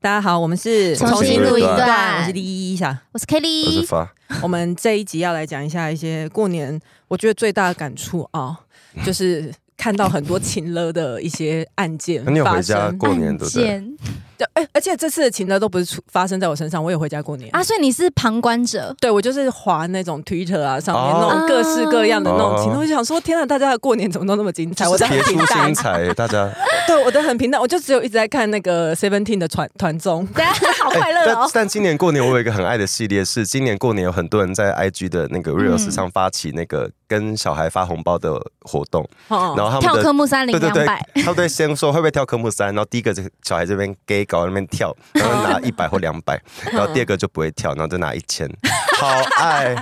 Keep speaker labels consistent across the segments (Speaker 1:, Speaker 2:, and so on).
Speaker 1: 大家好，我们是
Speaker 2: 重新录一段
Speaker 1: 我是第一下。
Speaker 2: 我是
Speaker 3: 我是
Speaker 2: Kelly，
Speaker 3: 发，
Speaker 1: 我们这一集要来讲一下一些过年，我觉得最大的感触啊，就是看到很多情勒的一些案件
Speaker 3: 那你有
Speaker 1: 发
Speaker 3: 回家
Speaker 1: 生。
Speaker 3: 过年对
Speaker 2: 按
Speaker 3: 不对？
Speaker 2: 键
Speaker 1: 对，哎而且这次的情勒都不是出发生在我身上，我也回家过年
Speaker 2: 啊，所以你是旁观 者，
Speaker 1: 对我就是滑那种 Twitter 啊，上面
Speaker 3: 哦
Speaker 1: 那种各式各样的那种情，
Speaker 3: 哦
Speaker 1: 我就想说，天啊，大家的过年怎么都那么精彩？我
Speaker 3: 就是
Speaker 1: 的很
Speaker 3: 别
Speaker 1: 平
Speaker 3: 出
Speaker 1: 淡
Speaker 3: 心，裁，大家。
Speaker 1: 对我的很平淡，我就只有一直在看那个 Seventeen 的团团综，
Speaker 2: 对，啊好
Speaker 3: 哎
Speaker 2: 快乐
Speaker 3: 但
Speaker 2: 哦。
Speaker 3: 但今年过年我有一个很爱的系列，是今年过年有很多人在 IG 的那
Speaker 2: 嗯
Speaker 3: 个 Reels 上发起那个跟小孩发红包的活动，
Speaker 1: 哦
Speaker 3: 然后他
Speaker 2: 跳
Speaker 3: 们
Speaker 2: 科
Speaker 3: 的。
Speaker 2: 目三零
Speaker 3: 对对
Speaker 2: 两
Speaker 3: 对
Speaker 2: 百，，
Speaker 3: 他们都会先说会不会跳科目三，然后第一个就小孩这边 gay 搞那边跳，然后拿一百或两 百，
Speaker 2: 嗯
Speaker 3: 然后第二个就不会跳，然后就拿一千，好爱。，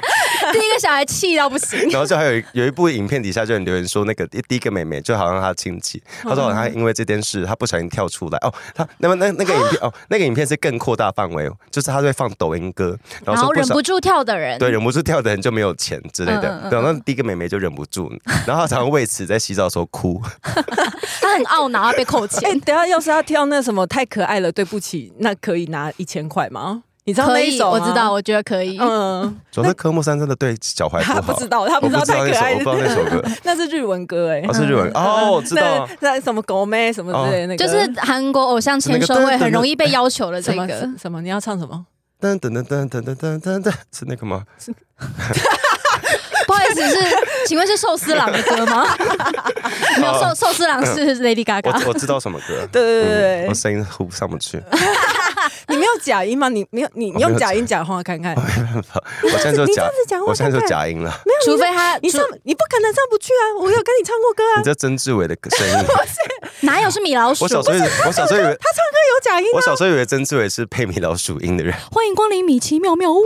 Speaker 2: 第一个小孩气到不行
Speaker 3: 然后就还有一有一部影片底下就有留言说，那个第第一个妹妹就好像她亲戚，
Speaker 1: 嗯
Speaker 3: 她说好像她因为这件事，她不小心跳出来哦，她那么那那个影 片哦，那个影片是更扩大范围，哦就是她会放抖音歌， 然
Speaker 2: 然
Speaker 3: 后
Speaker 2: 后
Speaker 3: 说不
Speaker 2: 忍
Speaker 3: 小
Speaker 2: 不住跳的人，
Speaker 3: 对，忍不住跳的人就没有钱之类
Speaker 2: 嗯嗯
Speaker 3: 的，
Speaker 2: 嗯
Speaker 3: 然后第一个妹妹就忍不住，然后她常常为此在洗澡的时候哭，
Speaker 2: 他很懊恼，他被 扣
Speaker 1: 哎、
Speaker 2: 钱。
Speaker 1: 等一下要是要跳那什么太可爱了，对不起，那可以拿一千块吗？你知道那
Speaker 2: 可
Speaker 1: 一
Speaker 2: 以，
Speaker 1: 首吗
Speaker 2: 我知道，，我觉得可以。
Speaker 1: 嗯，
Speaker 3: 总之科目三真的对小孩
Speaker 1: 他
Speaker 3: 不
Speaker 1: 不
Speaker 3: 好
Speaker 1: 知，道，他
Speaker 3: 我
Speaker 1: 不知道太可
Speaker 3: 那首，
Speaker 1: 爱
Speaker 3: 我不知道那首歌，
Speaker 1: 那是日文歌哎、
Speaker 3: 哦是日哦文哦，我知道
Speaker 1: 那，那什么狗妹什么之类的那个，
Speaker 2: 就是韩国偶像签收会很容易被要求的这
Speaker 1: 什么
Speaker 2: 个，
Speaker 1: 什么你要唱什么？
Speaker 3: 噔噔噔噔噔噔噔噔噔，是那个吗？
Speaker 2: 不好意思，是请问是寿司郎的歌 吗？没有，寿寿司郎是 Lady
Speaker 3: 哦我
Speaker 2: Gaga，
Speaker 3: 我知道什么歌，
Speaker 1: 对对对对
Speaker 3: 嗯我声音呼上不去。
Speaker 1: 你没有假音吗？你没有你你
Speaker 3: 哦我没
Speaker 1: 用
Speaker 3: 有哦
Speaker 1: 假
Speaker 3: 假
Speaker 1: 音讲话看看，
Speaker 3: 我现在就
Speaker 1: 你这
Speaker 3: 假
Speaker 1: 样子讲话，
Speaker 3: 我现在
Speaker 1: 看
Speaker 3: 就
Speaker 1: 看
Speaker 3: 假音了。
Speaker 2: 除非他
Speaker 1: 你上你不可能上不去啊！我有跟你唱过歌啊
Speaker 3: 你，这曾志伟的声音，
Speaker 2: 哪有是米老鼠
Speaker 3: 我？小时候以为我小时候以为
Speaker 1: 他唱歌有假音
Speaker 3: 我
Speaker 1: 啊。
Speaker 3: 小时候以为曾志伟是配米老鼠音的人。
Speaker 2: 欢迎光临米奇妙妙屋，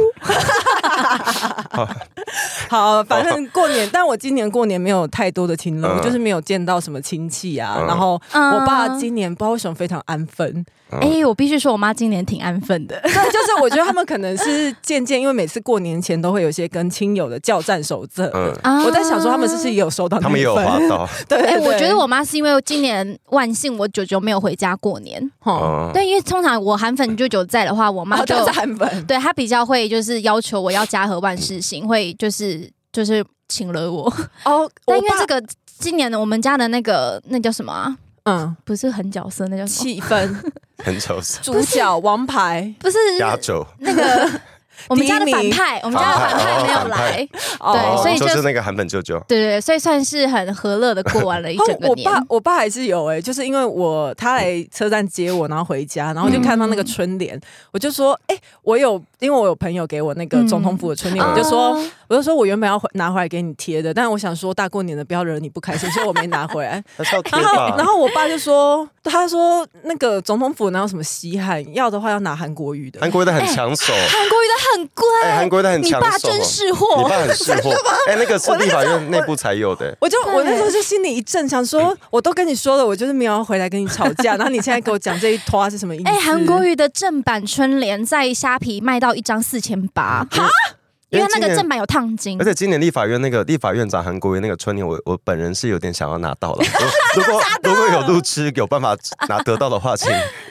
Speaker 1: 好，反正过 年，但我今年过年没有太多的亲人，
Speaker 3: 嗯
Speaker 1: 我就是没有见到什么亲戚啊。
Speaker 3: 嗯
Speaker 1: 然后
Speaker 2: 嗯
Speaker 1: 我爸今年不知道为什么非常安分，
Speaker 3: 嗯
Speaker 2: 哎、我必须说，我妈今年挺安分的。
Speaker 1: 对，就是我觉得他们可能是渐渐，因为每次过年前都会有一些跟亲友的叫战手册。
Speaker 3: 嗯，
Speaker 1: 我在想说，他们 是不是也有收到那一份？
Speaker 3: 他们也有滑到。
Speaker 1: 对。对
Speaker 2: 啊哎、我
Speaker 1: 对
Speaker 2: 觉得我妈是因为今年万幸我舅舅没有回家过年，
Speaker 1: 哦，
Speaker 3: 哦，
Speaker 2: 对，因为通常我韩粉舅舅在的话，我妈
Speaker 1: 啊，
Speaker 2: 就、
Speaker 1: 就是韩粉，
Speaker 2: 对她比较会就是要求我要家和万事兴，会就是就是请了我。
Speaker 1: 哦，我
Speaker 2: 但因为
Speaker 1: 爸
Speaker 2: 这个今年的我们家的那个那叫什么啊？
Speaker 1: 嗯，
Speaker 2: 不是很角色，那叫什么？
Speaker 1: 气氛
Speaker 3: 很巧是
Speaker 1: 主角王牌
Speaker 2: 不是
Speaker 3: 压轴。
Speaker 2: 那个 我们家的反
Speaker 1: 第一名
Speaker 2: 派，我们家的反派没有
Speaker 3: 反派
Speaker 2: 来，
Speaker 3: 哦
Speaker 2: 对所以
Speaker 3: 你
Speaker 2: 就
Speaker 3: 说是那个韩本舅舅。
Speaker 2: 对对对，所以算是很和乐的过完了一哎整
Speaker 1: 哦
Speaker 2: 个
Speaker 1: 我
Speaker 2: 年。
Speaker 1: 爸我爸还是有哎、就是因为我他来车站接我，然后回家，然后就看到
Speaker 2: 嗯
Speaker 1: 那个春联，我就说哎、我有，因为我有朋友给我那个总统府的春联，
Speaker 3: 嗯
Speaker 1: 我就说
Speaker 2: 啊
Speaker 1: 我就说我原本要回拿回来给你贴的，但我想说大过年的不要惹你不开心，所以我没拿 回来。
Speaker 3: 他是要贴
Speaker 1: 然后，然
Speaker 3: 吧？
Speaker 1: 后我爸就说：“他说那个总统府哪有什么稀罕，要的话要拿韩国语的。
Speaker 3: 韩国的很抢手，
Speaker 2: 韩国瑜的很乖，
Speaker 3: 哎，韩国的很
Speaker 2: 你
Speaker 3: 抢
Speaker 2: 爸
Speaker 3: 手。
Speaker 2: 真
Speaker 3: 你
Speaker 2: 是货，
Speaker 3: 爸很识货，哎，那个是立法院内部才有的。”
Speaker 1: 我就
Speaker 2: 对
Speaker 1: 我那时候就心里一震，想说：“我都跟你说了，我就是没有要回来跟你吵架，然后你现在给我讲这一拖是什么意思？”
Speaker 2: 哎、韩国
Speaker 1: 语
Speaker 2: 瑜的正版春联在虾皮卖到一张四千八，哈，因为它那个正版有烫金
Speaker 3: 而。且嗯今年立法院那个立法院长韩国瑜那个春联，我我本人是有点想要拿到了。 如如果如果有路痴有办法拿得到的话，请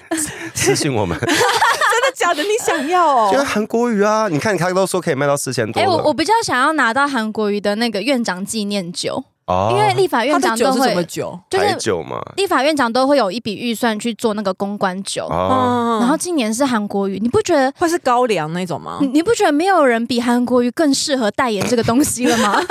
Speaker 3: 私信我们。
Speaker 1: 真的假的？你想要 哦？
Speaker 3: 因为韩国瑜啊，你看他都说可以卖到四千多
Speaker 2: 哎、
Speaker 3: 了。
Speaker 2: 我我比较想要拿到韩国瑜的那个院长纪念酒，
Speaker 3: 哦
Speaker 2: 因为立法
Speaker 1: 他
Speaker 2: 院
Speaker 1: 的
Speaker 2: 长
Speaker 1: 酒
Speaker 2: 都
Speaker 1: 是什么
Speaker 2: 会，
Speaker 1: 酒？
Speaker 2: 就
Speaker 3: 台
Speaker 2: 是
Speaker 3: 酒啊嘛。
Speaker 2: 立法院长都会有一笔预算去做那个公关酒。
Speaker 3: 哦，
Speaker 1: 嗯，
Speaker 2: 然后嗯今年是韩国瑜，你不觉得？
Speaker 1: 会是高粱那种吗
Speaker 3: 哦
Speaker 2: 你？你不觉得没有人比韩国瑜更适合代言这个东西了 吗？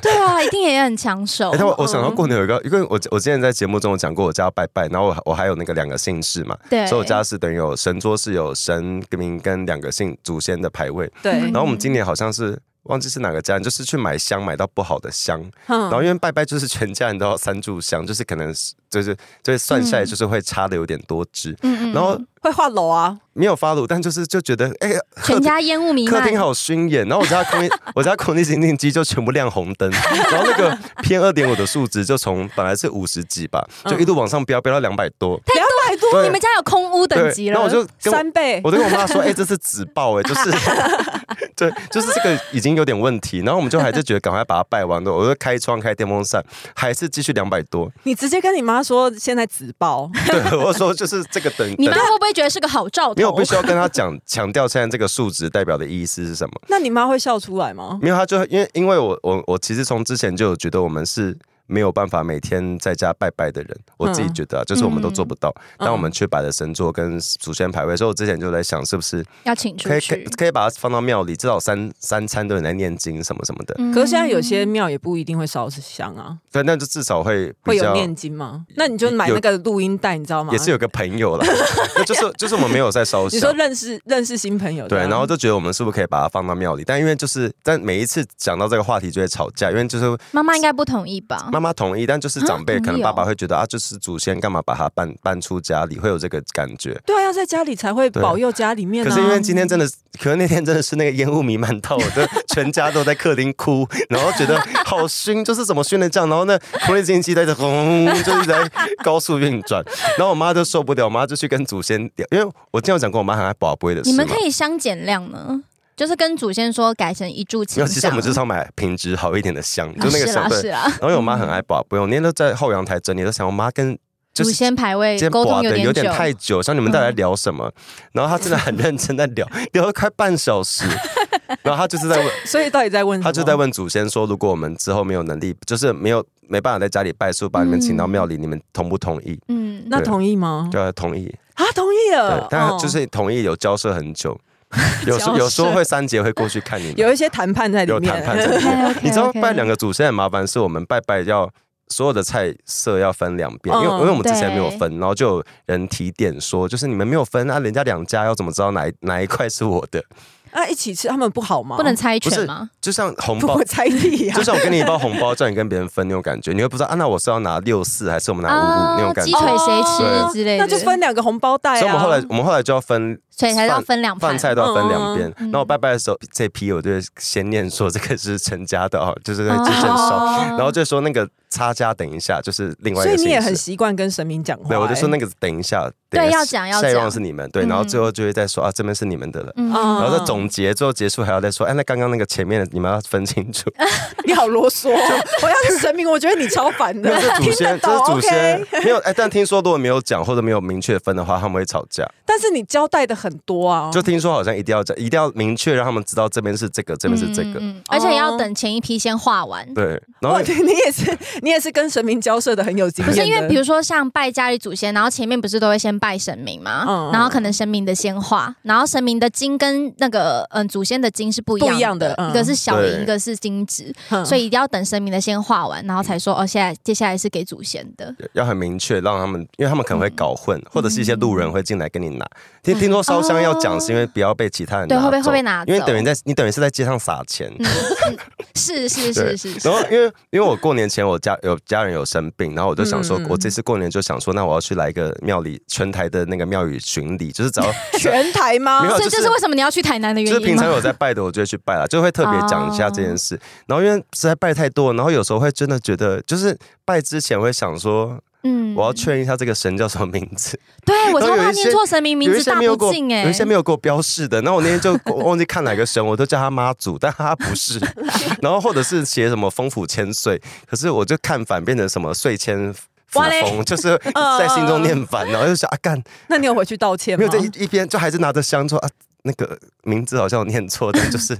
Speaker 2: 对啊，一定也很抢手
Speaker 3: 哎、。但我我想到过年有一个，因为我我之前在节目中有讲过我家要拜拜，然后我我还有那个两个姓氏嘛，
Speaker 2: 对，
Speaker 3: 所以我家是等于有神桌是有神明跟两个姓祖先的牌位。
Speaker 1: 对
Speaker 3: 然，后我们今年好像是忘记是哪个家人，就是去买香买到不好的香，然后
Speaker 1: 嗯，
Speaker 3: 因为拜拜就是全家人都要三炷香，就是可能是就是就是算下来就是会差的有点多支，
Speaker 2: 嗯嗯嗯，
Speaker 3: 然后
Speaker 1: 会画楼啊，
Speaker 3: 没有发炉，但就是就觉得哎、客
Speaker 2: 全
Speaker 3: 厅
Speaker 2: 家烟雾弥
Speaker 3: 客
Speaker 2: 漫
Speaker 3: 厅，好熏眼，然后我家空 气我家空气清净机就全部亮红灯，然后那 个偏二点五的数值就从本来是五十几吧，就一路往上飙飙到两百多，
Speaker 1: 两百多
Speaker 3: 对
Speaker 2: 嗯你们家有空屋等级
Speaker 3: 对那
Speaker 2: 了
Speaker 3: 我，就跟我
Speaker 1: 三倍
Speaker 3: 我，就跟我妈说，哎、这是纸报、哎，就是， 对，就是这个已经有点问题。然后我们就还是觉得赶快把它拜完的，我就开窗开电风扇，还是继续两百多。
Speaker 1: 你直接跟你妈说现在只 报，
Speaker 3: 对，我说就是这个 等
Speaker 2: 你
Speaker 3: 等
Speaker 2: 妈，会不会觉得是个好兆
Speaker 3: 因为我
Speaker 2: 头
Speaker 3: 必？须要跟她讲强调现在这个数值代表的意思是什么。
Speaker 1: 那你妈会笑出来吗？
Speaker 3: 没有，他就因为因为我我我其实从之前就有觉得我们是没有办法每天在家拜拜的人，我
Speaker 1: 嗯
Speaker 3: 自己觉得啊，就是我们都做不到，但我们却摆了神桌跟祖先牌位，所以我之前就在想，是不是
Speaker 2: 要请出
Speaker 3: 可以可以
Speaker 2: 去。
Speaker 3: 可以把它放到庙里，至少三三餐都有人来念经什么什么的，
Speaker 2: 嗯
Speaker 1: 可是现在有些庙也不一定会烧香啊，
Speaker 3: 对，那就至少会
Speaker 1: 会
Speaker 3: 比
Speaker 1: 有
Speaker 3: 较。
Speaker 1: 念经吗？那你就买那个录音带，你知道吗？
Speaker 3: 也是有个朋友啦， 那就是就是我们没有在烧
Speaker 1: 你说
Speaker 3: 香，
Speaker 1: 认识认识新朋友这
Speaker 3: 对，
Speaker 1: 样，
Speaker 3: 然后就觉得我们是不是可以把它放到庙里？但因为就是，但每一次讲到这个话题就会吵架，因为就是
Speaker 2: 妈妈应该不同意吧？
Speaker 3: 妈妈同意，但就是
Speaker 2: 啊
Speaker 3: 长辈
Speaker 2: 同
Speaker 3: 可能
Speaker 2: 意
Speaker 3: 爸
Speaker 2: 哦
Speaker 3: 爸会觉得啊，就是祖先干嘛把他搬搬出家里，会有这个感觉。
Speaker 1: 对啊，要在家里才会保佑家里面、啊。
Speaker 3: 可是因为今天真的是，可是那天真的是那个烟雾弥漫到 我的全家都在客厅哭，然后觉得好熏，就是怎么熏的这样，然后呢，空气净化器在这轰，就一直在高速运转，然后我妈就受不了，我妈就去跟祖先聊，因为我经常讲过我妈很爱宝贝的事
Speaker 2: 你
Speaker 3: 嘛
Speaker 2: 们，可以相减量呢，就是跟祖先说改成一柱
Speaker 3: 没
Speaker 2: 清
Speaker 3: 有，其实我们就是
Speaker 2: 道，
Speaker 3: 要买品质好一点的香，
Speaker 2: 啊
Speaker 3: 就那
Speaker 2: 是
Speaker 3: 个香
Speaker 2: 啦
Speaker 3: 对
Speaker 2: 是。啦，
Speaker 3: 然后因为我妈很爱宝贝，我那天都在后阳台整理，都想我妈跟就
Speaker 2: 祖
Speaker 3: 是
Speaker 2: 先排位
Speaker 3: 今天
Speaker 2: 沟通
Speaker 3: 播的
Speaker 2: 点
Speaker 3: 有
Speaker 2: 久
Speaker 3: 点，太久，像你们到底在聊什么？然后他真的很认真在聊，聊了快半小时，然后他就是在问，
Speaker 1: 所以到底在问什
Speaker 3: 他
Speaker 1: 么？
Speaker 3: 就在问祖先说，如果我们之后没有能力，就是没有没办法在家里拜树，把你们请到庙里，你们同不同意？
Speaker 2: 嗯，
Speaker 1: 那
Speaker 3: 对
Speaker 1: 同意吗？
Speaker 3: 对，同意。
Speaker 1: 啊，同意
Speaker 3: 对
Speaker 1: 了，。
Speaker 3: 但他
Speaker 1: 哦
Speaker 3: 就是同意有交涉很久，有时
Speaker 1: 交
Speaker 3: 候
Speaker 1: 涉
Speaker 3: 有时候会三节会过去看你们，
Speaker 1: 有一些谈判在里
Speaker 3: 有
Speaker 1: 面，
Speaker 3: 谈 判在里面。
Speaker 2: OK，OK，OK
Speaker 3: 你知道拜两个祖先很麻烦，是我们拜拜要。所有的菜色要分两遍，因为
Speaker 1: 嗯
Speaker 3: 因为我们之前
Speaker 2: 对
Speaker 3: 没有分，然后就有人提点说，就是你们没有分啊，人家两家要怎么知道哪一哪一块是我的？
Speaker 1: 啊，一起吃，他们不好吗？
Speaker 2: 不能猜
Speaker 3: 不是
Speaker 2: 拳吗？
Speaker 3: 就像红
Speaker 1: 不
Speaker 3: 包
Speaker 1: 我，猜地呀
Speaker 3: 就，像我给你一包红包，叫你跟别人分那种感觉，你会不知道啊，那我是要拿六四还是我们拿五五、
Speaker 2: 啊
Speaker 3: 那种感
Speaker 2: 鸡
Speaker 3: 觉？
Speaker 1: 哦
Speaker 2: 腿谁
Speaker 3: 对
Speaker 2: 吃之类的，
Speaker 1: 那就分两个红包袋啊。
Speaker 3: 哦所以我们后来我们后来就要分
Speaker 2: 所以才要分两盘
Speaker 3: 饭。菜都要分两
Speaker 1: 嗯
Speaker 3: 遍。然后我拜拜的时候，这批我就会先念说这个是陈家的哦， 就是会继承烧，
Speaker 2: 哦
Speaker 3: 然后就说那个差价等一下，就是另
Speaker 1: 所
Speaker 3: 外一个
Speaker 1: 以
Speaker 3: 姓
Speaker 1: 你
Speaker 3: 氏。
Speaker 1: 也很习惯跟神明讲话、哎
Speaker 3: 对，我就说那
Speaker 1: 个，
Speaker 3: 个等一下，
Speaker 2: 对
Speaker 3: 等一下
Speaker 2: 要讲要
Speaker 3: 下一
Speaker 2: 讲
Speaker 3: 望是你们，对，然后最后就会再说啊，这边是你们的了。
Speaker 2: 嗯
Speaker 1: 嗯
Speaker 3: 然后再总结，最后结束还要再说，哎，那刚刚那个前面的你们要分清 楚。
Speaker 1: 你好啰嗦、哦， 我要是神明，我觉得你超烦
Speaker 3: 没
Speaker 1: 的
Speaker 3: 有，这，祖
Speaker 1: 听得
Speaker 3: 先， 这
Speaker 1: 懂
Speaker 3: 是祖先
Speaker 1: OK，
Speaker 3: 没有哎，但听说如果没有讲或者没有明确分的话，他们会吵 架。
Speaker 1: 但是你交代的很多啊，
Speaker 3: 就听说好像一定要讲，一定要明确让他们知道这边是这个，这边是这个。
Speaker 2: 嗯，嗯而且要等前一批先画完。
Speaker 3: 对，然后
Speaker 1: 哇，你也是，你也是跟神明交涉的很有经
Speaker 2: 不
Speaker 1: 验
Speaker 2: 是
Speaker 1: 的。
Speaker 2: 因为，比如说像拜家里祖先，然后前面不是都会先拜神明嘛，
Speaker 1: 嗯
Speaker 2: 然后可能神明的先画，然后神明的经跟那个嗯祖先的经是不一样的，
Speaker 1: 不一样的嗯
Speaker 2: 一个是小
Speaker 3: 对
Speaker 2: 银，一个是金纸，
Speaker 1: 嗯
Speaker 2: 所以一定要等神明的先画完，然后才说哦，现在接下来是给祖先的。
Speaker 3: 要很明确，让他们，因为他们可能会搞混，
Speaker 2: 嗯
Speaker 3: 或者是一些路人会进来跟你拿。听听说烧香要讲，是因为不要被其他人
Speaker 2: 对
Speaker 3: 拿
Speaker 2: 会被
Speaker 3: 走
Speaker 2: 会被拿
Speaker 3: 因为
Speaker 2: 走
Speaker 3: 等于在你等于是在街上撒钱。
Speaker 2: 嗯，嗯是是是
Speaker 3: 对
Speaker 2: 是是
Speaker 3: 然，后，因为因为我过年前我家有家人有生病，然后我就想说，
Speaker 1: 嗯
Speaker 3: 我这次过年就想说，那我要去来一个庙里全台的那个庙宇巡礼，就 是只要
Speaker 1: 全台
Speaker 3: 没
Speaker 1: 吗
Speaker 3: 有？
Speaker 2: 所以这
Speaker 3: 就是
Speaker 2: 是为什么你要去台南的
Speaker 3: 就是
Speaker 2: 原因
Speaker 3: 平
Speaker 2: 吗
Speaker 3: 常？有在拜的，我就会去拜了，就会特别讲一下这件事。
Speaker 2: 哦
Speaker 3: 然后因为实在拜太多，然后有时候会真的觉得，就是拜之前会想说，
Speaker 2: 嗯
Speaker 3: 我要确认一下这个神叫什么名字。
Speaker 2: 对我
Speaker 3: 然
Speaker 2: 超
Speaker 3: 后有
Speaker 2: 怕
Speaker 3: 一些
Speaker 2: 念错神明名
Speaker 3: 有一
Speaker 2: 字，
Speaker 3: 些
Speaker 2: 大
Speaker 3: 没有
Speaker 2: 不
Speaker 3: 过，
Speaker 2: 敬哎、
Speaker 3: 有一些没有过标示的。那我那天就我忘记看哪个神，我都叫他妈祖，但他不是。然后或者是写什么丰府千岁，可是我就看反变成什么岁千。福
Speaker 1: 哇嘞
Speaker 3: 丰，就是在心中念反，然后就想啊干，
Speaker 1: 那你有回去道歉
Speaker 3: 没
Speaker 1: 吗
Speaker 3: 有？这一一边就还是拿着香说啊，那个名字好像有念错，但就是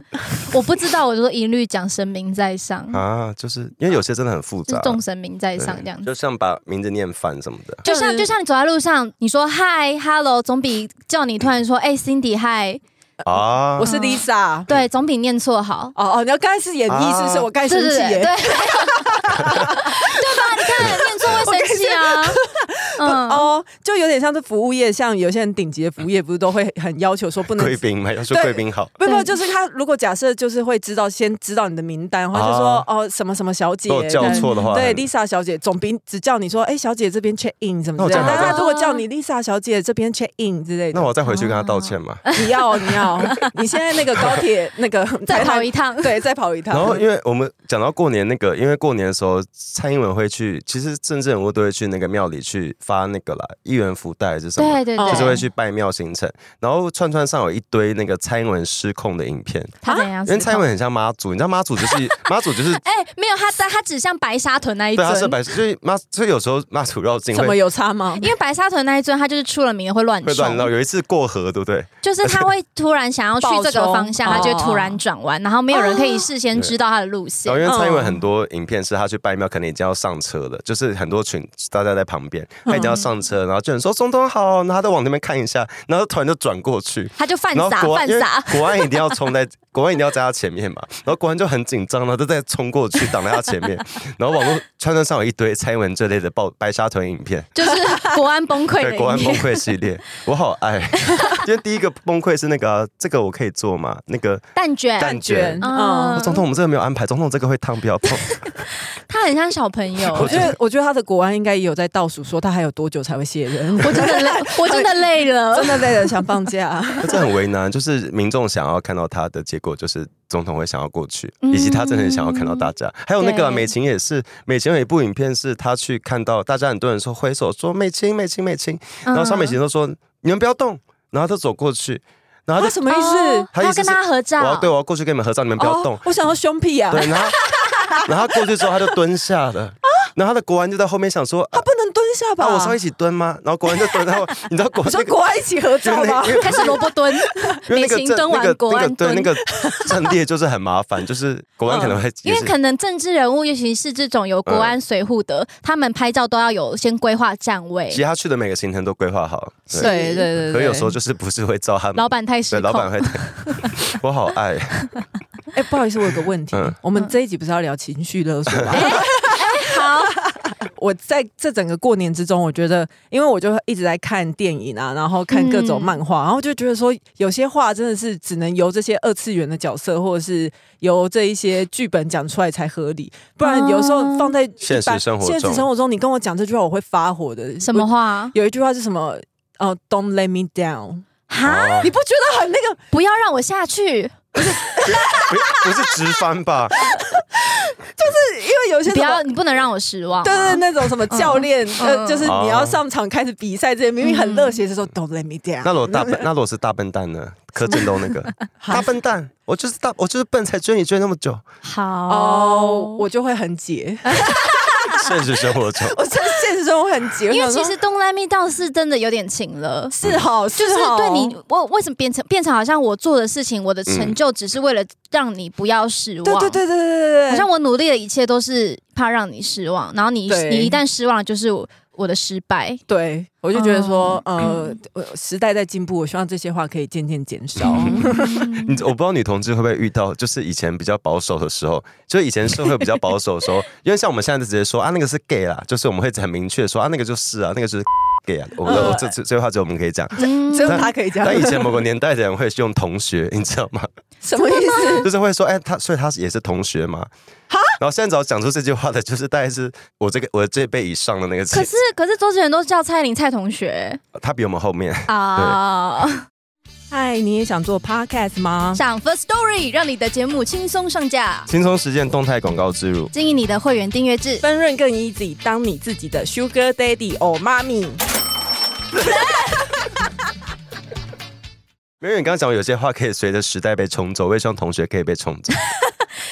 Speaker 2: 我不知道，我就说一律讲神明在上，
Speaker 3: 啊，就是因为有些真的很复
Speaker 2: 就
Speaker 3: 杂
Speaker 2: 是，众神明在上
Speaker 3: 对
Speaker 2: 这样子。
Speaker 3: 就像把名字念反什么的。
Speaker 2: 就像就像你走在路上，你说嗨 hello，总比叫你突然说哎、Cindy 嗨，
Speaker 3: 啊
Speaker 1: 我，是 Lisa。
Speaker 2: 对，总比念错好。
Speaker 1: 哦哦，你要刚才是演绎，是不是？
Speaker 3: 啊
Speaker 1: 我该生
Speaker 2: 对对
Speaker 1: 气
Speaker 2: 对对，对
Speaker 1: 耶。
Speaker 2: 吧？你看念错会生气 啊。嗯，
Speaker 1: 哦，就有点像是服务业，像有些人顶级的服务业，不是都会很要求说不能
Speaker 3: 贵宾嘛，要说
Speaker 1: 对
Speaker 3: 贵宾好，
Speaker 1: 不不，
Speaker 2: 对
Speaker 1: 就是他如果假设就是会知道先知道你的名单，或者说、
Speaker 3: 啊
Speaker 1: 哦什么什么小姐
Speaker 3: 如，果叫错的话，
Speaker 1: 对 Lisa 小姐，总比只叫你说哎、小姐这边 check in 什么
Speaker 3: 那我
Speaker 1: 之类的。
Speaker 3: 这样好
Speaker 1: 但
Speaker 2: 像
Speaker 1: 他如果叫你 Lisa 小姐这边 check in 之类
Speaker 3: 那
Speaker 1: 的，
Speaker 3: 我再回去跟他道歉嘛。
Speaker 1: 你要你要， 你现在那个高铁那个
Speaker 2: 再跑一趟。
Speaker 1: 对，再跑一趟。
Speaker 3: 然后，因为我们讲到过年那个，因为过年的时候，蔡英文会去，其实政治人物都会去那个庙里去发那个啦，一元福袋还是什么，
Speaker 2: 对对对，
Speaker 3: 哦就是会去拜庙行程，然后串串上有一堆那个蔡英文失控的影片，
Speaker 2: 他怎样思
Speaker 3: 啊因
Speaker 2: 考？
Speaker 3: 为蔡英文很像妈祖，你知道妈祖 就是妈祖就是
Speaker 2: 哎、没有他，他只像白沙屯那一
Speaker 3: 对，他是
Speaker 2: 尊。
Speaker 3: 白，所以妈所以有时候妈祖绕境
Speaker 1: 怎么
Speaker 3: 会
Speaker 1: 有差吗？
Speaker 2: 因为白沙屯那一尊，他就是出了名的会乱
Speaker 3: 会乱绕，
Speaker 2: 冲，
Speaker 3: 有一次过河，对不对？
Speaker 2: 就是他会突然想要去这个方 向，
Speaker 1: 暴
Speaker 2: 他
Speaker 1: 冲
Speaker 2: 就会突然转弯，然后没有人可
Speaker 3: 哦
Speaker 2: 以事先知道他的路线
Speaker 3: 然后。因为蔡英文
Speaker 1: 嗯
Speaker 3: 很多影片是他去拜庙，可能已经要上车了，就是很多群大家在旁边，他已经要上车，然后就有人说总统好，然后他就往那边看一下，然后突然就转过去。
Speaker 2: 他就犯
Speaker 3: 然后
Speaker 2: 傻
Speaker 3: 国
Speaker 2: 犯
Speaker 3: 安因为
Speaker 2: 傻，
Speaker 3: 国安一定要冲在，国安一定要在他前面嘛。然后国安就很紧张，然后就再冲过去挡在他前面。然后网络串串上有一堆蔡英文这类的爆白沙屯影片，
Speaker 2: 就是国安崩溃的
Speaker 3: 对国安
Speaker 2: 一
Speaker 3: 崩
Speaker 2: 面。
Speaker 3: 溃系列，我好爱。因为第一个崩溃是那个啊、这个我可以做吗？那个
Speaker 2: 蛋卷，
Speaker 3: 蛋卷
Speaker 1: 卷，
Speaker 2: 嗯
Speaker 1: 嗯，
Speaker 3: 总统我们这个没有安排，总统这个会烫不要碰。
Speaker 2: 他很像小朋
Speaker 1: 我
Speaker 2: 友。
Speaker 1: 觉得，我觉得他的国安应该也有在倒数，说他还有多久才会卸 任。
Speaker 2: 我真的累，我真的累了
Speaker 1: 真。的累了，想放假。
Speaker 3: 那这很为难，就是民众想要看到他的结果，就是总统会想要过去，
Speaker 2: 嗯
Speaker 3: 以及他真的很想要看到大家。还有那个啊
Speaker 2: 对
Speaker 3: 美琴也是，美琴有一部影片是她去看到大家很多人说挥手说美琴美琴美琴，然后
Speaker 2: 嗯
Speaker 3: 肖美琴就说你们不要动，然后她走过去，然后
Speaker 1: 他
Speaker 3: 她就
Speaker 1: 啊什么意思
Speaker 2: 哦？啊他要跟大家合
Speaker 3: 我要
Speaker 2: 照
Speaker 3: 对。我要过去跟你们合照，你们不要动
Speaker 1: 哦，，我想要胸屁啊，
Speaker 3: 对，然后然后她过去之后她就蹲下了，然后她的国安就在后面想说
Speaker 1: 他
Speaker 3: 啊
Speaker 1: 不能蹲下吧？
Speaker 3: 啊我稍微一起蹲吗？然后国安就蹲，然后 你知道国
Speaker 1: 你
Speaker 3: 安那
Speaker 1: 说
Speaker 3: 个。
Speaker 1: 国安一起合照吗？
Speaker 3: 因为那因为
Speaker 2: 开始萝卜蹲，
Speaker 3: 因为那
Speaker 2: 美
Speaker 3: 个阵
Speaker 2: 琴蹲完
Speaker 3: 那个
Speaker 2: 国安
Speaker 3: 那个对
Speaker 2: 蹲
Speaker 3: 那个阵列就是很麻烦，就是国安可能会
Speaker 2: 嗯因
Speaker 3: 也
Speaker 2: 为
Speaker 3: 是
Speaker 2: 可能政治人物，尤其是这种有国安随护的，他们拍照都要有先规划站位
Speaker 3: 其。实他去的每个行程都规划好，对，
Speaker 1: 对对对对，
Speaker 3: 可有时候就是不是会照他们
Speaker 2: 老。板太失
Speaker 3: 对，
Speaker 2: 控
Speaker 3: 老，板会， 我好爱，
Speaker 1: 哎，不好意思，我有个问题
Speaker 3: 嗯，哎
Speaker 1: 我们这一集不是要聊情绪勒索吗？
Speaker 2: 好，
Speaker 1: 我在这整个过年之中，我觉得，因为我就一直在看电影啊，然后看各种漫
Speaker 3: 嗯
Speaker 1: 画，然后就觉得说，有些话真的是只能由这些二次元的角色，或者是由这一些剧本讲出来才合理，不然有时候放在一般
Speaker 3: 哦现实生活中
Speaker 1: 现实生活中，你跟我讲这句话，我会发火的。
Speaker 2: 什么
Speaker 1: 我？
Speaker 2: 话？
Speaker 1: 有一句话是什么？哦、d o n t let me down。
Speaker 2: 哈，
Speaker 3: 哦
Speaker 1: 你不觉得很那个？
Speaker 2: 不要让我下去，
Speaker 3: 不不是直 翻吧？
Speaker 1: 因为有些
Speaker 2: 你不
Speaker 1: 什么
Speaker 2: 要，你不能让我失望。
Speaker 1: 对对，，那种什么教练，
Speaker 2: 嗯
Speaker 1: 呃，就是
Speaker 3: 哦
Speaker 1: 你要上场开始比赛，这些明明很热血的时候，Don't let me down。
Speaker 2: 哦
Speaker 3: 那如果大笨，那如果是大笨蛋呢？柯震东那 个大笨蛋，我就是大，我就是笨才追你追那么 久。
Speaker 2: 好
Speaker 1: 哦，我就会很解，
Speaker 3: 现实生活中，
Speaker 1: 我真的现实中会很解，
Speaker 2: 因
Speaker 1: 我想
Speaker 2: 为
Speaker 1: 说
Speaker 2: 其实 Don't Let Me Down 是真的有点情了。
Speaker 1: 是好，
Speaker 2: 就是
Speaker 1: 好
Speaker 2: 对你，我为什么变成变成好像我做的事情，我的
Speaker 3: 嗯
Speaker 2: 成就只是为了让你不要失望？
Speaker 1: 对对对对对对对，
Speaker 2: 好像我努力的一切都是怕让你失望，然后你
Speaker 1: 对
Speaker 2: 你一旦失望，就是我我的失败。
Speaker 1: 对我就觉得说，
Speaker 2: 嗯
Speaker 1: 呃，我时代在进步，我希望这些话可以渐渐减少。
Speaker 2: 嗯
Speaker 3: 你我不知道女同志会不会遇到，就是以前比较保守的时候，就是以前社会比较保守的时候，因为像我们现在就直接说啊，那个是 gay 啦，就是我们会很明确说啊，那个就是啊，那个就是 gay 啊，我们、
Speaker 1: 呃
Speaker 3: 我这这这句话只有我们可以讲。
Speaker 2: 嗯
Speaker 1: 只有他可以这样
Speaker 3: 但，以前某个年代的人会用同学，你知道吗？
Speaker 1: 什么意思？
Speaker 3: 就是会说，哎、他所以他也是同学嘛。然后现在只要讲出这句话的，就是大概是我这个我这辈以上的那个
Speaker 2: 可
Speaker 3: 阶，
Speaker 2: 是可是周杰伦都叫蔡依林蔡同学
Speaker 3: 他比我们后面。
Speaker 2: 啊，
Speaker 1: 嗨，你也想做 podcast 吗？
Speaker 2: 上 First Story 让你的节目轻松上架，
Speaker 3: 轻松实践动态广告植入，
Speaker 2: 经营你的会员订阅制。
Speaker 1: 分润更 easy，当你自己的 sugar daddy or mommy。
Speaker 3: 因为你刚刚讲有些话可以随着时代被冲走，我也希望同学可以被冲走。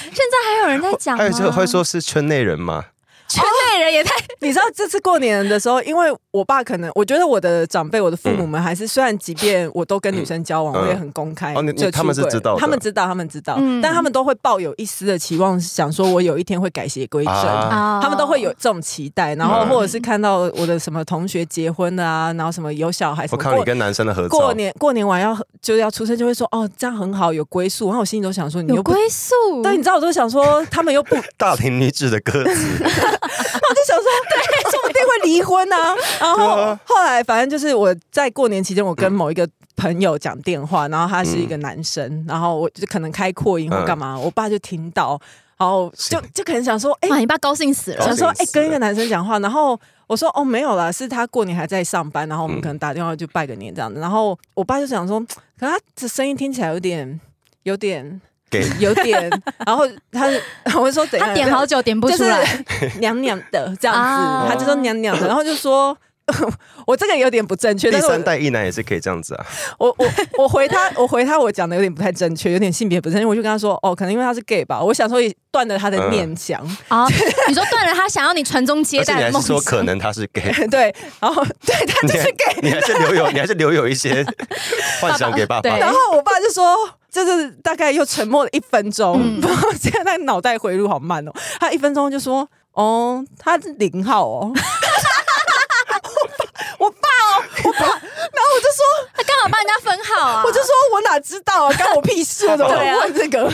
Speaker 2: 现在还有人在讲吗？
Speaker 3: 还有就会说是圈内人嘛，
Speaker 2: 圈内人也太
Speaker 1: 你知道这次过年的时候，因为我爸可能，我觉得我的长辈、我的父母们还是，虽然即便我都跟女生交往，
Speaker 3: 嗯
Speaker 1: 我也很公开，
Speaker 3: 哦你你
Speaker 1: 就出轨
Speaker 3: 他们是知道的
Speaker 1: 他们知道，他们知道，
Speaker 2: 嗯
Speaker 1: 但他们都会抱有一丝的期望，想说我有一天会改邪归正。
Speaker 3: 啊
Speaker 2: 啊
Speaker 1: 他们都会有这种期待，然后
Speaker 3: 嗯
Speaker 1: 或者是看到我的什么同学结婚的啊，然后什么有小孩什
Speaker 3: 我
Speaker 1: 么
Speaker 3: 看你
Speaker 1: 过
Speaker 3: 跟男生的合照，
Speaker 1: 过年过年完要就是要出生，就会说哦这样很好有归宿，然后我心里都想说你
Speaker 2: 有
Speaker 1: 又不
Speaker 2: 归宿，
Speaker 1: 对，你知道我都想说他们又不
Speaker 3: 大龄女子的歌
Speaker 1: 我
Speaker 3: 词，
Speaker 1: 就想说，对，说不定会离婚 啊。然
Speaker 3: 对
Speaker 1: 后
Speaker 3: 啊
Speaker 1: 后来，反正就是我在过年期间，我跟某一个朋友讲电话，然后他是一
Speaker 3: 嗯
Speaker 1: 个男生，然后我就可能开扩音或干嘛，我爸就听到，然后就就可能想说，哎、
Speaker 2: 哇，你爸高兴死了，
Speaker 1: 想
Speaker 3: 高兴
Speaker 1: 说哎、
Speaker 3: 死了
Speaker 1: 跟一个男生讲话，然后。我说哦没有啦，是他过年还在上班，然后我们
Speaker 3: 嗯
Speaker 1: 可能打电话就拜个年这样子。然后我爸就想说，可他这声音听起来有点、有点、
Speaker 3: 给
Speaker 1: 有点，然后他 就我就说等一下
Speaker 2: 他点好久点不出来，
Speaker 1: 就是、娘娘的这样子，
Speaker 2: 啊
Speaker 1: 他就说娘娘的，然后就说 我这个有点不正确，
Speaker 3: 第
Speaker 1: 但是
Speaker 3: 三
Speaker 1: 我
Speaker 3: 代一男也是可以这样子啊，
Speaker 1: 我我我回他， 我回他，我讲的有点不太正确，有点性别不正确，我就跟他说，哦，可能因为他是 gay 吧，我想说也断了他的念想，
Speaker 2: 啊！你说断了他想要你传宗接
Speaker 3: 而且
Speaker 2: 代
Speaker 3: 你还
Speaker 2: 的
Speaker 3: 是
Speaker 2: 梦
Speaker 3: 说
Speaker 2: 想，
Speaker 3: 可能他是 gay，
Speaker 1: 对，然后 对他
Speaker 3: 你
Speaker 1: 就是
Speaker 3: 还
Speaker 1: gay，
Speaker 3: 你还是留有你还是留有一些幻想给爸爸。
Speaker 2: 对
Speaker 1: 然后我爸就说，就是大概又沉默了一分
Speaker 2: 嗯
Speaker 1: 钟，然后现在他脑袋回路好慢哦，他一分钟就说，哦，他是零号哦。 我爸我爸哦，我爸，然后我就说，
Speaker 2: 他刚好帮人家分好 啊！
Speaker 1: 我就说我哪知道啊，关我屁 事，我怎么会问这个？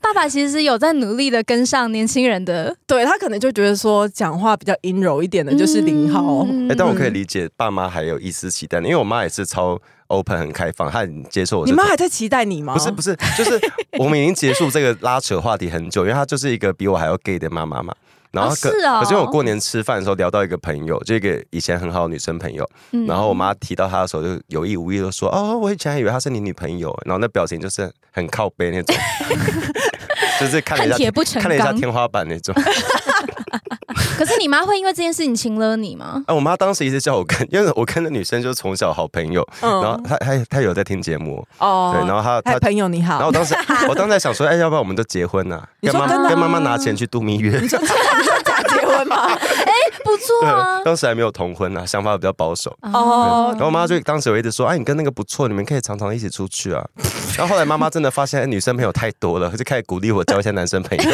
Speaker 2: 爸爸其实有在努力的跟上年轻人的，
Speaker 1: 对他可能就觉得说讲话比较阴柔一点的，就是零号哦。
Speaker 2: 嗯
Speaker 3: 哎、但我可以理解爸妈还有一丝期待，因为我妈也是超 open 很开放，她很接受我
Speaker 1: 你
Speaker 3: 这
Speaker 1: 妈
Speaker 3: 种。
Speaker 1: 还在期待你吗？
Speaker 3: 不是不
Speaker 1: 是，
Speaker 3: 是，就是我们已经结束这个拉扯话题很久，因为她就是一个比我还要 gay 的妈妈嘛。然后
Speaker 2: 哦
Speaker 3: 可、
Speaker 2: 是哦
Speaker 3: 可是我过年吃饭的时候聊到一个朋友，就一个以前很好的女生朋友，
Speaker 2: 嗯
Speaker 3: 然后我妈提到她的时候，就有意无意的说：“哦，我以前还以为她是你女朋友。”然后那表情就是很靠背那种， 就是看了一
Speaker 2: 恨
Speaker 3: 下
Speaker 2: 铁不成
Speaker 3: 看了一下
Speaker 2: 钢。
Speaker 3: 天花板那种。
Speaker 2: 可是你妈会因为这件事情亲了你吗？
Speaker 3: 啊，我妈当时一直叫我跟，因为我跟那女生就是从小好朋友，
Speaker 1: 嗯
Speaker 3: 然后她她她有在听节目，
Speaker 1: 哦
Speaker 3: 对，然后她
Speaker 1: 嗨，
Speaker 3: 她，
Speaker 1: 朋友你
Speaker 3: 然后
Speaker 1: 好
Speaker 3: 我，当时 我当时在想说，哎，要不要我们就结婚呐、
Speaker 1: 你
Speaker 3: 跟
Speaker 1: 说
Speaker 3: 妈
Speaker 1: 真的啊
Speaker 3: 跟妈妈
Speaker 2: 吗
Speaker 3: 拿钱去度蜜月，对，
Speaker 1: 假结婚吗？
Speaker 2: 不错啊，
Speaker 3: 当时还没有同婚啊，想法比较保守。
Speaker 2: 哦，
Speaker 1: 哦
Speaker 3: 然，后我妈就当时我一直说，哎，你跟那个不错，你们可以常常一起出 去啊。然后后来妈妈真的发现、哎女生朋友太多了，就开始鼓励我交一些男生 朋友。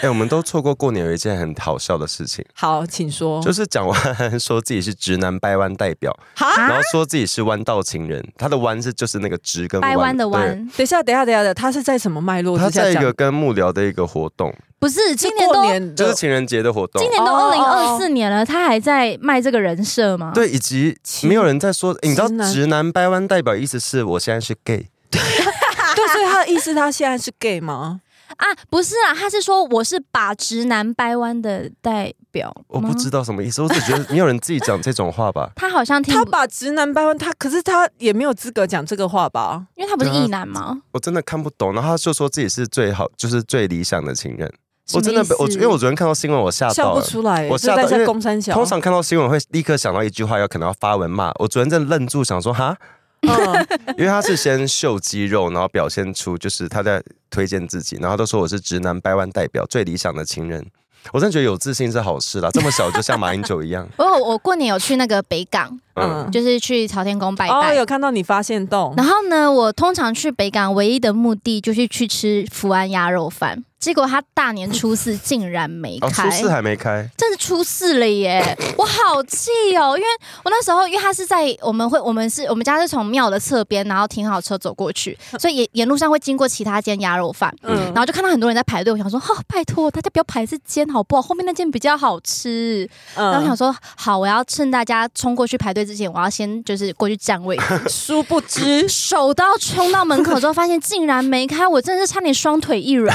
Speaker 3: 哎，我们都错过过年有一件很好笑的事情，
Speaker 1: 好，请说。
Speaker 3: 就是蒋万安说自己是直男掰弯代表，
Speaker 1: 哈，
Speaker 3: 然后说自己是弯道情人，他的弯是就是那个直跟
Speaker 2: 掰弯的。
Speaker 3: 对
Speaker 2: 弯，
Speaker 1: 等一下，等一下，等一下，等一下他是在什么脉络
Speaker 3: 他
Speaker 1: 之下
Speaker 3: 在一
Speaker 1: 讲
Speaker 3: 个？跟幕僚的一个活动，
Speaker 2: 不是
Speaker 1: 是
Speaker 2: 今年都
Speaker 1: 过年
Speaker 3: 就是
Speaker 1: 的
Speaker 3: 情人节的活动
Speaker 2: 今。年都
Speaker 1: 哦
Speaker 2: 二零
Speaker 1: 哦
Speaker 2: 二
Speaker 1: 哦
Speaker 2: 四年了，他还在卖这个人设吗？
Speaker 3: 对，以及
Speaker 1: 情
Speaker 3: 没有人在说，诶你知道
Speaker 1: 直男
Speaker 3: 直男掰弯代表意思是我现在是 gay，
Speaker 1: 对，所以他的意思，他现在是 gay 吗？
Speaker 2: 啊，不是啊，他是说我是把直男掰弯的代表，。
Speaker 3: 我不知。道什么意思，我只觉得没有人自己讲这种话吧
Speaker 2: 他好像听
Speaker 1: 他
Speaker 2: 不，
Speaker 1: 把直男掰弯，他可是他也没有资格讲这个话吧？
Speaker 2: 因为他不是
Speaker 3: 对啊
Speaker 2: 异男吗？
Speaker 3: 我真的看不懂，然后他就说自己是最好，就是最理想的情人。我真的
Speaker 2: 什
Speaker 3: 被
Speaker 2: 么
Speaker 3: 我，
Speaker 2: 意思。
Speaker 3: 因为我昨天看到新闻，我吓
Speaker 1: 笑
Speaker 3: 到
Speaker 1: 不
Speaker 3: 了。
Speaker 1: 出来，
Speaker 3: 我
Speaker 1: 是
Speaker 3: 吓
Speaker 1: 在
Speaker 3: 到因为
Speaker 1: 像公三小。
Speaker 3: 通常看到新闻会立刻想到一句话，要可能要发文骂。我昨天真的愣住，想说哈，
Speaker 1: 嗯，
Speaker 3: 因为他是先秀肌肉，然后表现出就是他在推荐自己，然后都说我是直男掰弯代表，最理想的情人。我真的觉得有自信是好事啦，这么小就像马英九一 样
Speaker 2: 我有我过年有去那个北港，
Speaker 3: 嗯，
Speaker 1: 嗯
Speaker 2: 就是去朝天宫拜
Speaker 1: 哦，
Speaker 2: 拜。
Speaker 1: 有看到你发现洞，
Speaker 2: 然后呢，我通常去北港唯一的目的就是去吃福安鸭肉饭，结果他大年初四竟然没
Speaker 3: 哦，
Speaker 2: 开，
Speaker 3: 初四还没开，
Speaker 2: 真是出事了 耶！我好气哦，因为我那时候，因为他是在我们会，我们是我们家是从庙的侧边，然后停好车走过去，所以沿沿路上会经过其他间鸭肉饭，
Speaker 1: 嗯
Speaker 2: 然后就看到很多人在排队，我想说，哦，拜托大家不要排这间好不好？后面那间比较好吃。然后我想
Speaker 1: 嗯，
Speaker 2: 说，好，我要趁大家冲过去排队之前，我要先就是过去占位。
Speaker 1: 殊不知，
Speaker 2: 手刀冲到门口之后，发现竟然没开，我真的是差点双腿一 软，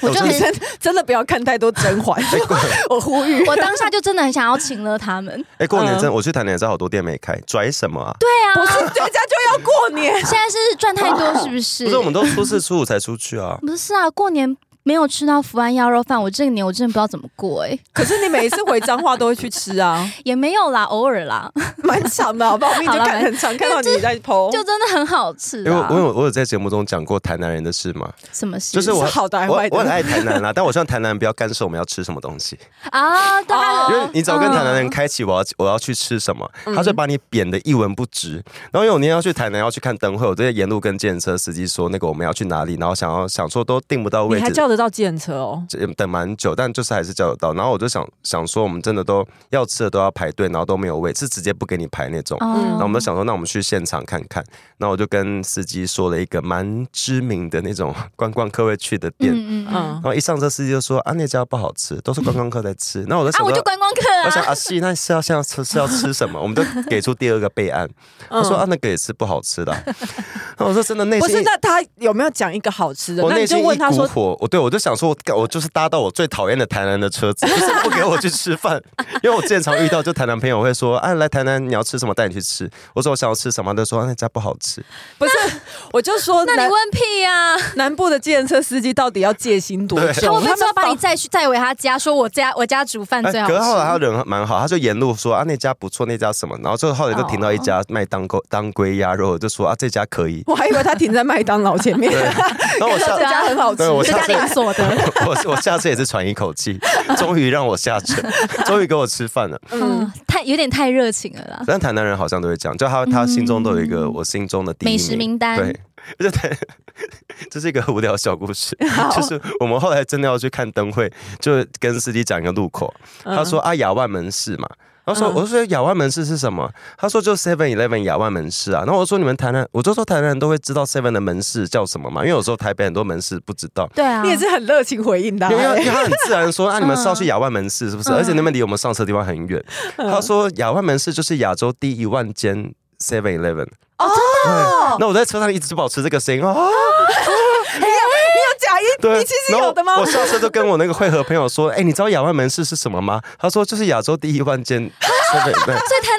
Speaker 2: 我就
Speaker 3: 我
Speaker 2: 很
Speaker 1: 女。生真的不要看太多甄 嬛，我呼吁。
Speaker 2: 我当下就真的很想要请了他们，
Speaker 3: 哎、过年
Speaker 1: 嗯
Speaker 3: 真的我去台南也是好多店没开，拽什么啊？
Speaker 2: 对啊，
Speaker 1: 不是人家就要过年，
Speaker 2: 现在是赚太多是不是？。
Speaker 3: 不是我们都初四初五才出去啊
Speaker 2: 不是啊，过年没有吃到福安鸭肉饭，我这个年我真的不知道怎么过哎、
Speaker 1: 可是你每一次回彰化都会去吃啊，
Speaker 2: 也没有啦，偶尔啦，
Speaker 1: 蛮长的好不好？我们已经
Speaker 2: 好啦
Speaker 1: 看很长，看到你在 PO，
Speaker 2: 就真的很好吃
Speaker 3: 因为
Speaker 2: 啊
Speaker 3: 哦哎我。有我有在节目中讲过台南人的事嘛，
Speaker 2: 什么事？
Speaker 3: 就是我
Speaker 1: 是好的还是
Speaker 3: 我
Speaker 1: 坏的
Speaker 3: 我很爱台南啦， 但我希望台南不要干涉我们要吃什么东西，
Speaker 2: 啊，对啊
Speaker 1: 哦
Speaker 3: 因为你只要跟台南人
Speaker 2: 嗯
Speaker 3: 开启我要我要去吃什么，他就把你贬得一文不值。然后因为我那天要去台南要去看灯会，我就在沿路跟建车司机说那个我们要去哪里，然后想要想说都订不到位
Speaker 1: 你还
Speaker 3: 置，
Speaker 1: 叫得到计车哦。
Speaker 3: 这等蛮久，但就是还是叫得到。然后我就想想说我们真的都要吃的都要排队，然后都没有位，是直接不给你排那种。
Speaker 2: 哦
Speaker 1: 嗯
Speaker 3: 然后我们就想说，那我们去现场看看。那我就跟司机说了一个蛮知名的那种观光客会去的店。
Speaker 2: 嗯嗯嗯
Speaker 1: 嗯
Speaker 3: 然，后一上车，司机就说：“啊，那家不好吃，都是观光客在吃。”那我就
Speaker 2: 啊，
Speaker 3: 想
Speaker 2: 我
Speaker 3: 说，
Speaker 2: 就观光客
Speaker 3: 我想
Speaker 2: 啊，
Speaker 3: 啊，是那是要是要吃是要吃什么？我们就给出第二个备案。他说：“啊，那个也是不 好吃的啊、然后我说：“真的，内
Speaker 1: 嗯不
Speaker 3: 心
Speaker 1: 是，那他有没有讲一个好吃的？
Speaker 3: 我
Speaker 1: 那
Speaker 3: 内
Speaker 1: 你
Speaker 3: 心
Speaker 1: 就
Speaker 3: 一
Speaker 1: 问他
Speaker 3: 股
Speaker 1: 说，
Speaker 3: 火，我对我我就想说我，我就是搭到我最讨厌的台南的 车子，就是不给我去吃饭，因为我经常遇到就台南朋友会说，啊，来台南你要吃什么，带你去吃。我说我想要吃什么，他就说、啊那家不好吃。
Speaker 1: 不是，我就说
Speaker 4: 那你
Speaker 1: 南
Speaker 4: 问屁
Speaker 2: 啊
Speaker 4: 呀、
Speaker 1: 南部的计程车司机到底要戒心多
Speaker 3: 对
Speaker 4: 他
Speaker 1: 久？
Speaker 4: 会不会
Speaker 1: 他
Speaker 4: 说
Speaker 1: 们
Speaker 4: 要把你
Speaker 1: 放
Speaker 4: 载去载回他家，说我家我家煮饭
Speaker 3: 哎
Speaker 4: 最好
Speaker 3: 可
Speaker 4: 吃？
Speaker 3: 是后来他人蛮好，他就沿路说啊那家不错，
Speaker 1: 哦
Speaker 3: 那家什么，然后就后来就停到一家卖当归当归鸭肉，我就说啊这家 可以。
Speaker 1: 我还以为他停在麦当劳前面，
Speaker 3: 然 后我下
Speaker 1: 这家很好吃
Speaker 3: 对，我
Speaker 4: 这
Speaker 3: 下
Speaker 4: 家
Speaker 3: 次
Speaker 4: 连锁 的，
Speaker 3: 我我下次也是喘一口气，终于让我下车，终于给我吃饭了。
Speaker 4: 嗯，太有点太热情了啦。
Speaker 3: 但台南人好像都会讲，就他他心中都有一个我心中的第
Speaker 2: 嗯
Speaker 3: 一
Speaker 2: 美食名单
Speaker 3: 对， 而且台这是一个无聊小故 事，就是我们后来真的要去看灯会，就跟司机讲一个路口，
Speaker 2: 嗯
Speaker 3: 他说啊亚万门市嘛。然后说，
Speaker 1: 嗯
Speaker 3: 我就说亚万门市是什么？他说就 Seven Eleven 亚万门市啊。然后我说你们台南，我就说台南人都会知道 Seven 的门市叫什么嘛，因为有时候台北很多门市不知道。
Speaker 2: 对 啊
Speaker 1: 你 也是很热情回应的啊、嗯
Speaker 3: 因为 因为他很自然说，啊，你们是要去亚万门市是不是？而且那边离我们上车的地方很远。他说亚万门市就是亚洲第一万间 Seven Eleven。哦，那我在车上一直保持这个声音哦，
Speaker 1: 要假音，
Speaker 3: 对，
Speaker 1: 你其实
Speaker 3: 然后
Speaker 1: 有的吗？
Speaker 3: 我下车就跟我那个会合朋友说，哎，你知道亚万门市是什么吗？他说就是亚洲第一万 间
Speaker 4: 所
Speaker 3: Seven Eleven。
Speaker 4: 以台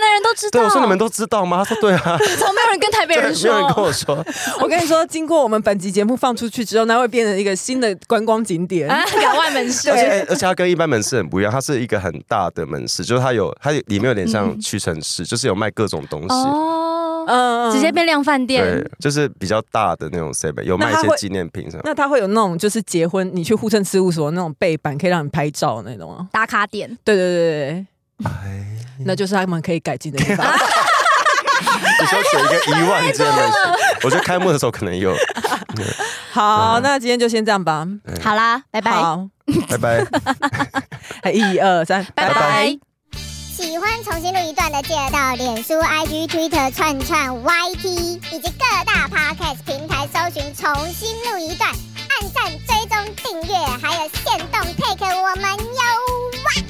Speaker 4: 南人都知道。
Speaker 3: 对，我说你们都知道吗？他说 对啊，
Speaker 4: 怎么没有人跟台北
Speaker 3: 对
Speaker 4: 人
Speaker 3: 没有人跟
Speaker 4: 说？
Speaker 3: 我说，
Speaker 1: 我跟你说，经过我们本集节目放出去之后，那会变成一个新的观光景点。
Speaker 4: 啊，两万门市
Speaker 3: 而 且、哎而且它跟一般门市很不一样，它是一个很大的门市，就是它有它里面有点像屈臣氏，就是有卖各种东西。
Speaker 4: 哦，
Speaker 1: 嗯，
Speaker 4: 直接。变量饭
Speaker 3: 对
Speaker 4: 店。，
Speaker 3: 就是比较大的那种 seven，有卖一
Speaker 1: 那它
Speaker 3: 些
Speaker 1: 会
Speaker 3: 纪念品什么。
Speaker 1: 那他会有那种就是结婚，你去户政事务所那种背板可以让你拍照的那种啊？
Speaker 4: 打卡点，
Speaker 1: 对对对对对，那就是他们可以改进的地 方。
Speaker 3: 你说选一个一万件 的，我觉得开幕的时候可能有。
Speaker 1: 好，那今天就先这样吧。
Speaker 2: 好啦，拜拜。
Speaker 1: 好，哎
Speaker 3: 拜拜。
Speaker 1: 一二三，
Speaker 4: 拜拜
Speaker 3: 拜。
Speaker 5: 喜欢重新录一段的，记得到脸书、IG、Twitter、串串、YT 以及各大 Podcast 平台搜寻“重新录一段”，按赞、追踪、订阅，还有限动 take 我们哟哇！